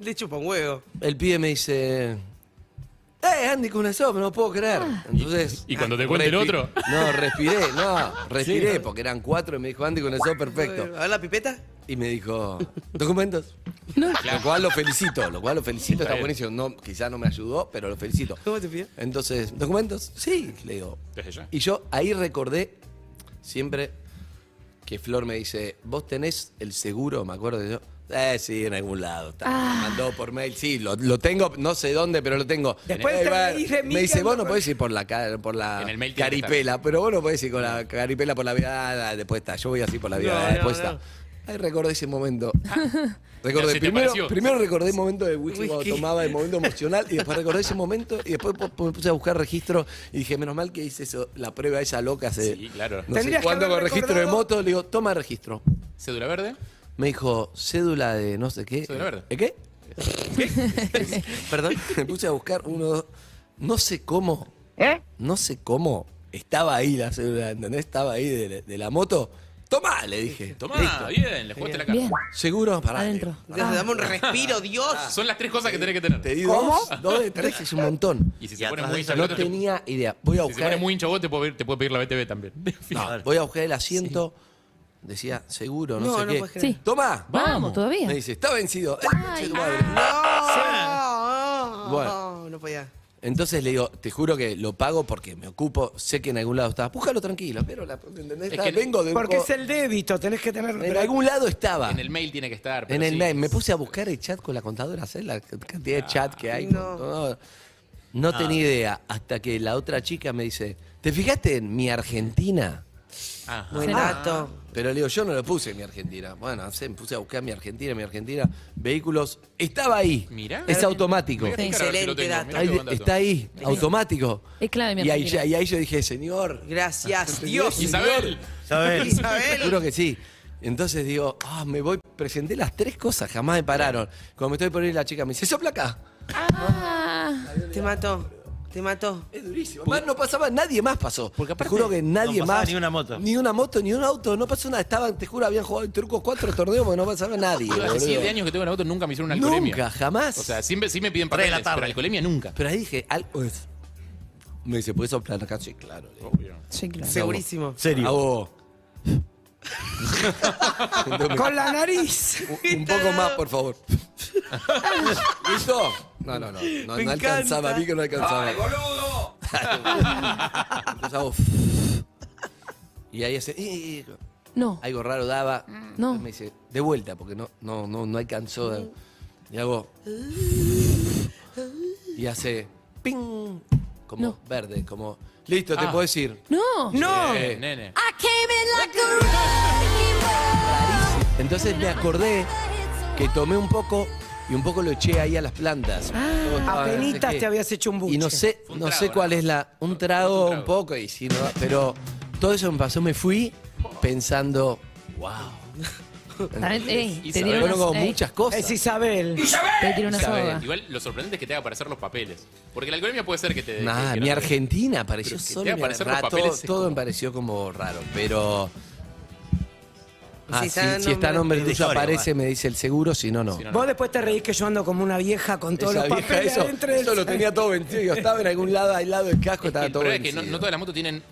Le chupa un huevo.
El pibe me dice, ¡Eh, Andy con una sopa, no lo puedo creer! Entonces,
Y- y cuando te cuente el
respi-
otro.
No, respiré, no, respiré, porque eran cuatro y me dijo, Andy con una sopa, perfecto.
A ver la pipeta.
Y me dijo, documentos. Lo cual lo felicito, lo cual lo felicito, está,
bien.
buenísimo. No, quizás no me ayudó, pero lo felicito.
¿Cómo te pidió?
Entonces, ¿documentos? Sí, le digo.
Desde ya.
Y yo ahí recordé siempre que Flor me dice, ¿vos tenés el seguro? Me acuerdo de yo. Eh, sí, en algún lado. Está. Me Mandó por mail. Sí, lo, lo tengo, no sé dónde, pero lo tengo.
Después
Eh,
te
va-
reís de mí
Me dice,
que
vos
ando
no
con-
podés ir por la, ca- por la
En el mail tiene que
caripela, pero vos no podés ir con la caripela por la vida. Ah, después está, yo voy así por la vida.
No,
ah,
no,
después
no.
está. Ahí recordé ese momento.
Ya
Recordé,
se te
primero,
apareció.
primero recordé el momento de whisky,
Whisky.
cuando tomaba, el momento emocional, y después recordé ese momento, y después po- po- me puse a buscar registro, y dije, menos mal que hice eso, la prueba esa loca hace
Sí, claro.
no sé
Tendrías que
cuándo
haber
con registro de
recordado-
moto, le digo, toma registro.
¿Cédula verde?
Me dijo, cédula de no sé qué.
Cédula verde.
¿De qué? Perdón. Me puse a buscar uno, dos, no sé cómo,
¿Eh?
no sé cómo, estaba ahí la cédula, ¿entendés? Estaba ahí de, de la moto. Tomá, le dije.
Tomá, bien, le jugaste la cara.
Bien.
Seguro, pará.
Adentro.
Dios, dame un respiro, Dios.
Son las tres cosas que tenés que tener.
Te di dos, dos de tres, que es un montón.
Y si
Y
se pone
atrás de
muy
eso
hincha
No
vos, te-
tenía idea. Voy a
Si se pone
buscar.
muy hincha vos, te puedo pedir, te puedo pedir la BTV también.
No, voy a buscar el asiento. Decía, seguro, no,
No,
sé
no puedes
qué.
creer.
Sí.
Toma.
Vamos, todavía.
Me dice, está vencido. Eh,
Ay.
che, tu madre.
No,
Bueno.
Ah, no podía.
Entonces le digo, te juro que lo pago porque me ocupo, sé que en algún lado está. Búscalo tranquilo, pero la, ¿entendés?
Es
Está,
que-
vengo de un
Porque
co-
es el débito, tenés que tener.
En algún lado estaba.
En el mail tiene que estar. pero
En el
sí. Ah,
mail. Me puse a buscar el chat con la contadora, ¿sabes la cantidad de chat que hay? No, tenía idea. Hasta que la otra chica me dice, ¿te fijaste en mi Argentina?
Ajá.
Buen dato.
Pero le digo, yo no lo puse en mi Argentina. Bueno, no sé, me puse a buscar mi Argentina, mi Argentina. Vehículos, estaba ahí.
Mirá.
Es automático.
Voy a fijar a ver si lo
Excelente
tengo.
dato.
Mirá
Ahí-
qué buen dato.
está ahí, automático.
Es clave, mi
y ahí,
Argentina.
y ahí yo dije, señor,
Gracias, Dios.
Isabel.
¿Sabes?
Isabel.
Juro que sí. Entonces digo, ah, me voy, presenté las tres cosas, jamás me pararon. Cuando me estoy por ir, la chica me dice, sopla acá.
Ah,
Te mató. Te mató.
Es durísimo. Más no pasaba, nadie más pasó. Porque te juro que nadie
pasaba
más.
ni una moto.
Ni una moto, ni un auto, no pasó nada. Estaban, te juro, habían jugado el truco cuatro torneos porque no pasaba nadie.
Yo hace
boludo.
7 años que tengo la moto, nunca me hicieron una alcoholemia.
Nunca, jamás.
O sea, siempre sí me piden
Tres de la
papeles, pero
tarde.
alcoholemia nunca.
Pero ahí dije, algo es. Me dice, ¿puedes soplar acá? Sí, claro. le digo.
sí, claro.
Segurísimo.
Serio.
Hago- Entonces me-
Con la nariz.
Un, un poco más, por favor. ¿Listo? No, no, no. No,
Me
no
encanta.
alcanzaba, vi que no alcanzaba. Entonces hago. Y ahí hace. "Eh, eh, eh".
No.
Algo raro daba.
No.
Me dice, de vuelta, porque no, no, no, no alcanzó. de- Y hago. Y hace. ¡Ping! Como
No.
verde, como. Listo, te
Ah.
puedo decir.
No.
No.
Eh, nene.
Ah. Entonces me acordé que tomé un poco y un poco lo eché ahí a las plantas.
Ah,
Todo estaba, no sé
Apenitas
qué.
te habías hecho un buche.
Y no sé,
Fue un
no
trago,
sé
¿no?
cuál es la. Un
un
trago
trago.
un poco, y si no, pero todo eso me pasó, me fui pensando, wow.
También, ey, te
Isabel,
dieron
Fueron
una,
como
ey,
muchas
Es
cosas.
Isabel.
te dieron una
Isabel.
soga.
Igual lo sorprendente es que te haga aparecer los papeles. Porque la alcoholemia puede ser que te.
Nada,
que- que
mi
no-
Argentina pareció
Pero que te
solo mi
aparecen los
rato,
papeles es
todo
como-
me pareció como raro, pero. Ah,
Si
si,
está
si está
nombre-
nombre tuyo
Irrisorio,
aparece, me dice el seguro, si no, no.
Si no,
Vos después te reís que yo ando como una vieja con todos
Esa
los
vieja,
papeles
eso,
adentro del-
eso lo tenía todo vencido. Yo estaba en algún lado, al lado del casco, estaba
El
todo
problema es que no,
vencido.
no todas las motos tienen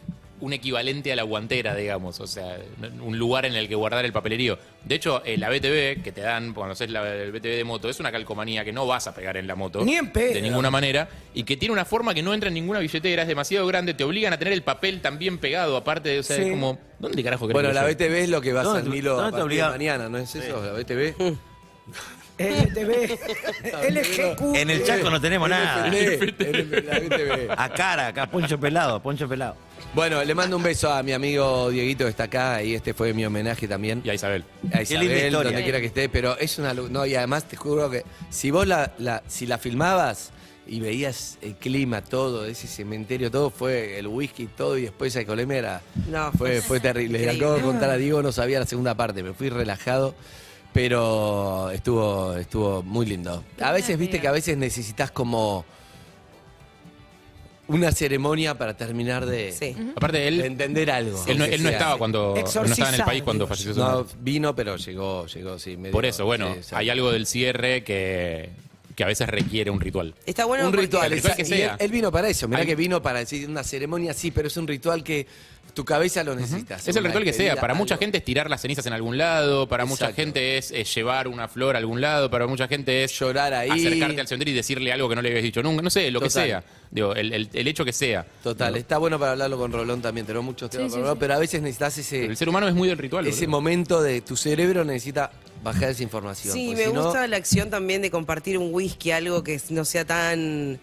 un equivalente a la guantera, digamos, o sea, n- un lugar en el que guardar el papelerío. De hecho, eh, la BTV que te dan cuando haces la, el BTV de moto es una calcomanía que no vas a pegar en la moto.
Ni en pedo.
De ninguna manera. Y que tiene una forma que no entra en ninguna billetera, es demasiado grande, te obligan a tener el papel también pegado, aparte de, o sea,
Sí.
es como, ¿dónde carajo crees
Bueno,
que
la
yo-
BTV es lo que va a
¿Dónde
ser
te-
Milo a
dónde te
partir de
obliga-
mañana, ¿no es eso? La BTV.
LGTB. LGQ.
En el Chaco no tenemos nada.
LGTB.
A cara, acá, poncho pelado, poncho pelado.
Bueno, le mando un beso a mi amigo Dieguito que está acá y este fue mi homenaje también.
Y a Isabel.
A
Qué linda
Isabel,
historia.
donde quiera que esté, pero es una lu- no y además te juro que si vos la, la- si la filmabas y veías el clima todo, ese cementerio, todo fue el whisky todo y después esa colemia era
No,
fue, fue terrible. Le
Pues increíble.
acabo de contar a Diego, no sabía la segunda parte, me fui relajado, pero estuvo estuvo muy lindo. A veces viste que a veces necesitas como una ceremonia para terminar de,
Sí.
Aparte,
de
él,
entender algo.
él, no,
aunque
él no
sea.
estaba cuando. él no estaba en el
Exorcizar,
país cuando
digo.
falleció su
No,
madre.
vino, pero llegó, llegó, sí. medio-
Por eso, bueno,
sí, sí.
hay algo del cierre que, que a veces requiere un ritual.
Está bueno
un
porque-
ritual,
el ritual
exacto.
que
Y
sea.
Él, él vino para eso, mirá
Hay-
que vino para decir una ceremonia, sí, pero es un ritual que tu cabeza lo necesita.
Es el
una
ritual que sea.
despedida,
Para mucha
algo.
gente es tirar las cenizas en algún lado, para mucha
Exacto.
gente es, eh, llevar una flor a algún lado, para mucha gente es
Llorar ahí.
acercarte al cementerio y decirle algo que no le habías dicho nunca, no sé, lo
Total.
que sea. Digo, el, el- el hecho que sea.
Total, está bueno para hablarlo con Rolón también, tenemos muchos temas
Sí,
con
sí,
Rolón,
sí.
pero a veces necesitas ese,
El ser humano es muy del ritual.
ese
boludo.
momento de tu cerebro necesita bajar esa información.
Sí,
porque
me
si no-
gusta la acción también de compartir un whisky, algo que no sea tan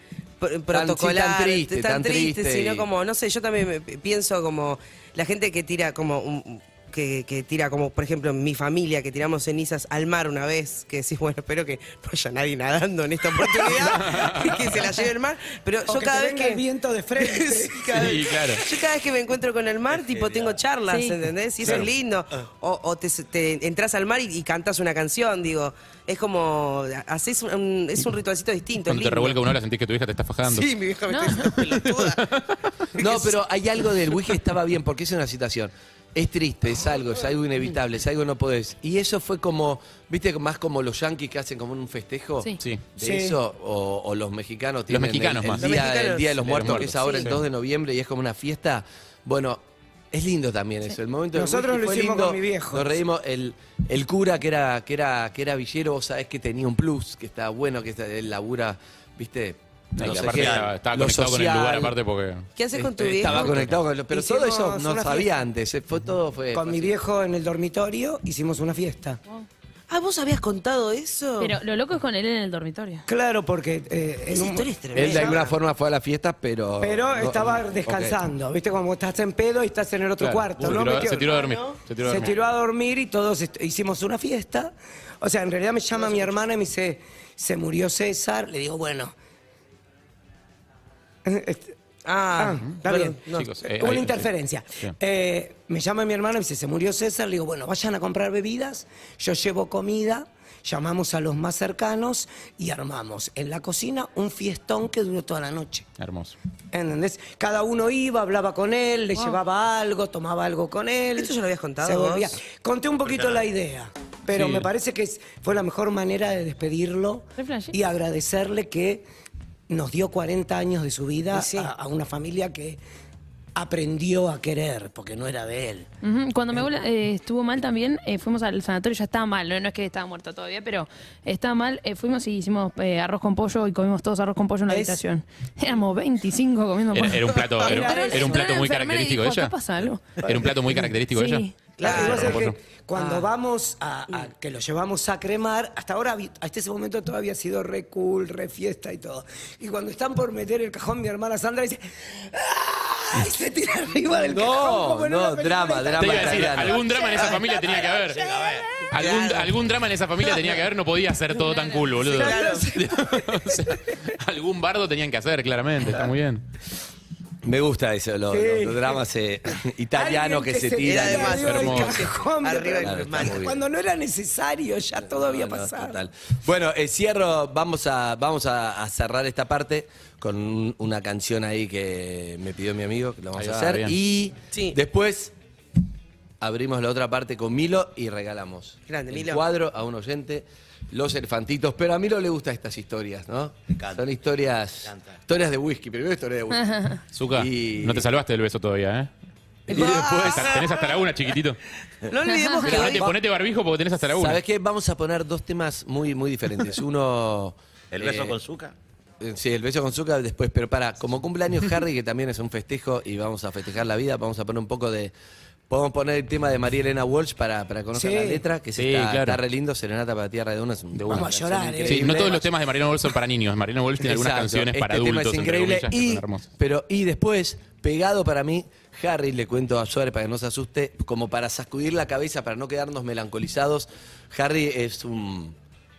Tan-
pr-
sí,
protocolar,
tan triste, tan triste
sino
y-
como, no sé, yo también me- pienso como la gente que tira como un- que, que tira como, por ejemplo, en mi familia, que tiramos cenizas al mar una vez, que decís, bueno, espero que no haya nadie nadando en esta oportunidad, y que se la lleve el mar, pero
O
yo
que
cada
te
vez
venga
que...
el viento de frente.
Sí, cada vez-
Sí, claro.
Yo cada vez que me encuentro con el mar, tipo, tengo charlas,
Sí.
¿entendés? Y eso es lindo. O, o te, te entras al mar y, y cantas una canción, digo. Es como, haces un- un, es un ritualcito distinto.
Cuando te revuelca una ola sentís que tu vieja te está fajando.
Sí, mi vieja me está diciendo pelotuda.
No, pero hay algo del whisky que estaba bien, porque es una situación. Es triste, es algo, es algo inevitable, es algo no podés. Y eso fue como, viste, más como los yanquis que hacen como un festejo.
Sí.
Sí.
De
Sí.
eso, o, o los mexicanos tienen el-
mexicanos
el,
más.
Día,
Los mexicanos.
el Día de los
De los
Muertos, que es
Muertos,
ahora
sí.
el 2 de noviembre y es como una fiesta. Bueno, es lindo también eso. El momento del
Nosotros
whisky
lo
fue
hicimos
lindo.
con mi viejo.
Nos reímos. El, el cura que era, que era, que era villero, vos sabés que tenía un plus, que está bueno, que está, él labura, viste,
Ay,
no
que
sé
aparte
qué,
estaba, estaba
lo
conectado con el lugar
social.
aparte porque.
¿Qué haces con tu
Este,
viejo?
Estaba conectado con los- Pero todo eso
Hicimos
no
una
sabía
fiesta.
antes. eh, Fue todo. Fue,
Con mi
fácil.
viejo en el dormitorio hicimos una fiesta.
Ah, ¿vos habías contado eso?
Pero lo loco es con él en el dormitorio.
Claro, porque eh, en
Esa
un-
historia es
Él de
tremenda.
alguna forma fue a la fiesta, pero.
pero
no-
estaba
ok.
descansando, ¿viste? Como estás en pedo y estás en el otro
Claro.
cuarto,
Uh,
¿no? Metió-
se, tiró, se tiró a dormir. Se tiró a
Se
dormir.
tiró a dormir y todos est- hicimos una fiesta. O sea, en realidad me llama mi hermana y me dice, se murió César. Le digo, bueno. Este-
Ah,
ah, está
bueno,
bien.
no.
Chicos, eh,
Hubo
ahí-
una interferencia.
Sí.
Eh, me llama mi hermana y me dice, se murió César. Le digo, bueno, vayan a comprar bebidas. Yo llevo comida. Llamamos a los más cercanos y armamos en la cocina un fiestón que duró toda la noche.
Hermoso.
¿Entendés? Cada uno iba, hablaba con él, le llevaba algo, tomaba algo con él.
Ah. ¿Esto ya lo habías contado
Se
vos?
volvía. Conté un poquito la idea, pero
Sí.
me parece que es- fue la mejor manera de despedirlo
Re flashy.
y agradecerle que nos dio 40 años de su vida
Y sí.
a, a una familia que aprendió a querer, porque no era de él.
Ujú, Cuando mi abuela eh, estuvo mal también, eh, fuimos al sanatorio, ya estaba mal, no, no es que estaba muerta todavía, pero estaba mal, eh, fuimos y hicimos eh, arroz con pollo y comimos todos arroz con pollo en la
Es-
habitación. Éramos 25 comiendo
Era,
pollo.
era un plato, era,
Entró la-
era un
entró
plato
la enfermera y
muy característico de
dijo,
ella.
"Acá pasa algo".
Era un plato muy característico de
Sí.
ella.
Claro,
Arroz
vos
con
sabés que
pollo.
Ah.
cuando vamos a,
Mm.
a que lo llevamos a cremar, hasta ahora, vi- hasta ese momento todo había sido re cool, re fiesta y todo. Y cuando están por meter el cajón, mi hermana Sandra dice, ¡Ah! Y se tira arriba del cajón.
No,
como en una
no,
película
drama,
italiana.
drama.
Te iba a decir,
italiano.
algún drama en esa familia tenía que haber. Algún, algún drama en esa familia tenía que haber, no podía ser todo tan cool, boludo.
Claro.
O sea, algún bardo tenían que hacer, claramente, está muy bien.
Me gusta eso, los,
Sí.
los dramas eh, italianos
Alguien
que, se
tira
tiran.
de
arriba
más,
del
hermoso.
cajón de
Arriba del
otra
cajón.
persona, Cuando no era necesario, ya todo había
No, no,
pasado.
total. Bueno, eh, cierro, vamos a, vamos a, a cerrar esta parte con un- una canción ahí que me pidió mi amigo, que lo vamos
Ahí
a
va,
hacer.
bien.
Y
Sí.
después abrimos la otra parte con Milo y regalamos
Grande,
el
Milo.
cuadro a un oyente, los elefantitos. Pero a Milo le gustan estas historias, ¿no?
encanta.
Son historias, historias de whisky, primero historia de whisky.
Zuka,
Y-
no te salvaste del beso todavía, ¿eh?
y después.
Hasta- Tenés hasta la una, chiquitito.
No olvidemos que
Pero
hoy
ponete, ponete barbijo porque tenés hasta la una.
¿Sabes qué? Vamos a poner dos temas muy, muy diferentes. Uno.
El beso
eh,
con Zuka.
Eh, Sí, el beso con azúcar después, pero para, como cumpleaños Harry, que también es un festejo y vamos a festejar la vida, vamos a poner un poco de Podemos poner el tema de María Elena Walsh para, para conocer
Sí.
la letra, que se
Sí,
está,
claro.
está re lindo, Serenata para Tierra de Duna es un-
De
una
una.
Vamos a llorar,
canción
eh.
Ah, Sí,
increíble.
no todos los temas de Marina Wolf son para niños. Marina Wolf tiene algunas
Exacto.
canciones para
Este tema
adultos,
es
entre
increíble.
comillas, que
y,
son hermosas.
pero, y después, pegado para mí, Harry, le cuento a Suárez para que no se asuste, como para sacudir la cabeza, para no quedarnos melancolizados. Harry es un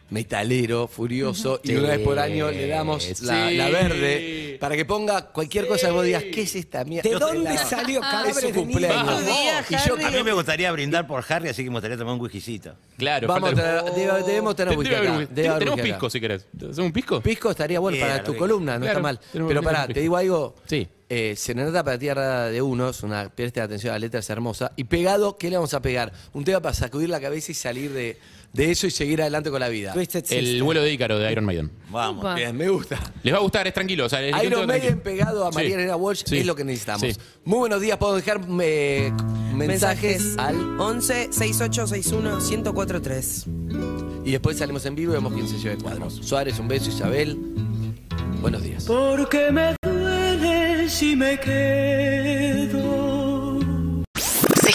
metalero furioso y
Sí.
una vez por año le damos la,
Sí.
la verde para que ponga cualquier cosa que vos digas, ¿qué es esta mierda?
¿De dónde
La-
salió
Es
Cabres
su
de mí?
cumpleaños.
Vamos.
Y yo
A mí me gustaría brindar por Harry, así que me gustaría tomar un whiskycito.
Claro,
Vamos a
falta-
traer- debe- debemos tener
Te-
whisky
debe haber
acá,
whisky.
debe haber
Tenemos
whisky acá.
pisco si querés. ¿Hacemos un pisco?
Pisco estaría bueno
Bien,
para tu
rico.
columna, no
Claro,
está mal.
tenemos
Pero
que
pará,
tener
te
pisco.
digo algo.
Sí.
Eh, Serenata para Tierra de Uno, es una, presten atención a la letra, es hermosa. Y pegado, ¿qué le vamos a pegar? Un tema para sacudir la cabeza y salir de, de eso y seguir adelante con la vida.
Twisted
El
Sister.
vuelo de Ícaro de Iron Maiden.
Vamos.
Upa.
Bien, me gusta.
Les va a gustar, es tranquilo. O sea, es un
Iron
tema
Maiden
tranquilo.
pegado a
Sí.
María Elena Walsh
Sí.
es lo que necesitamos.
Sí.
Muy buenos días, puedo dejar eh, mensajes
Mensajes
al.
11 6861 1043.
Y después salimos en vivo y vemos quién se lleva el cuadro. Suárez, un beso, Isabel. Buenos días.
Porque me duele si me quedo.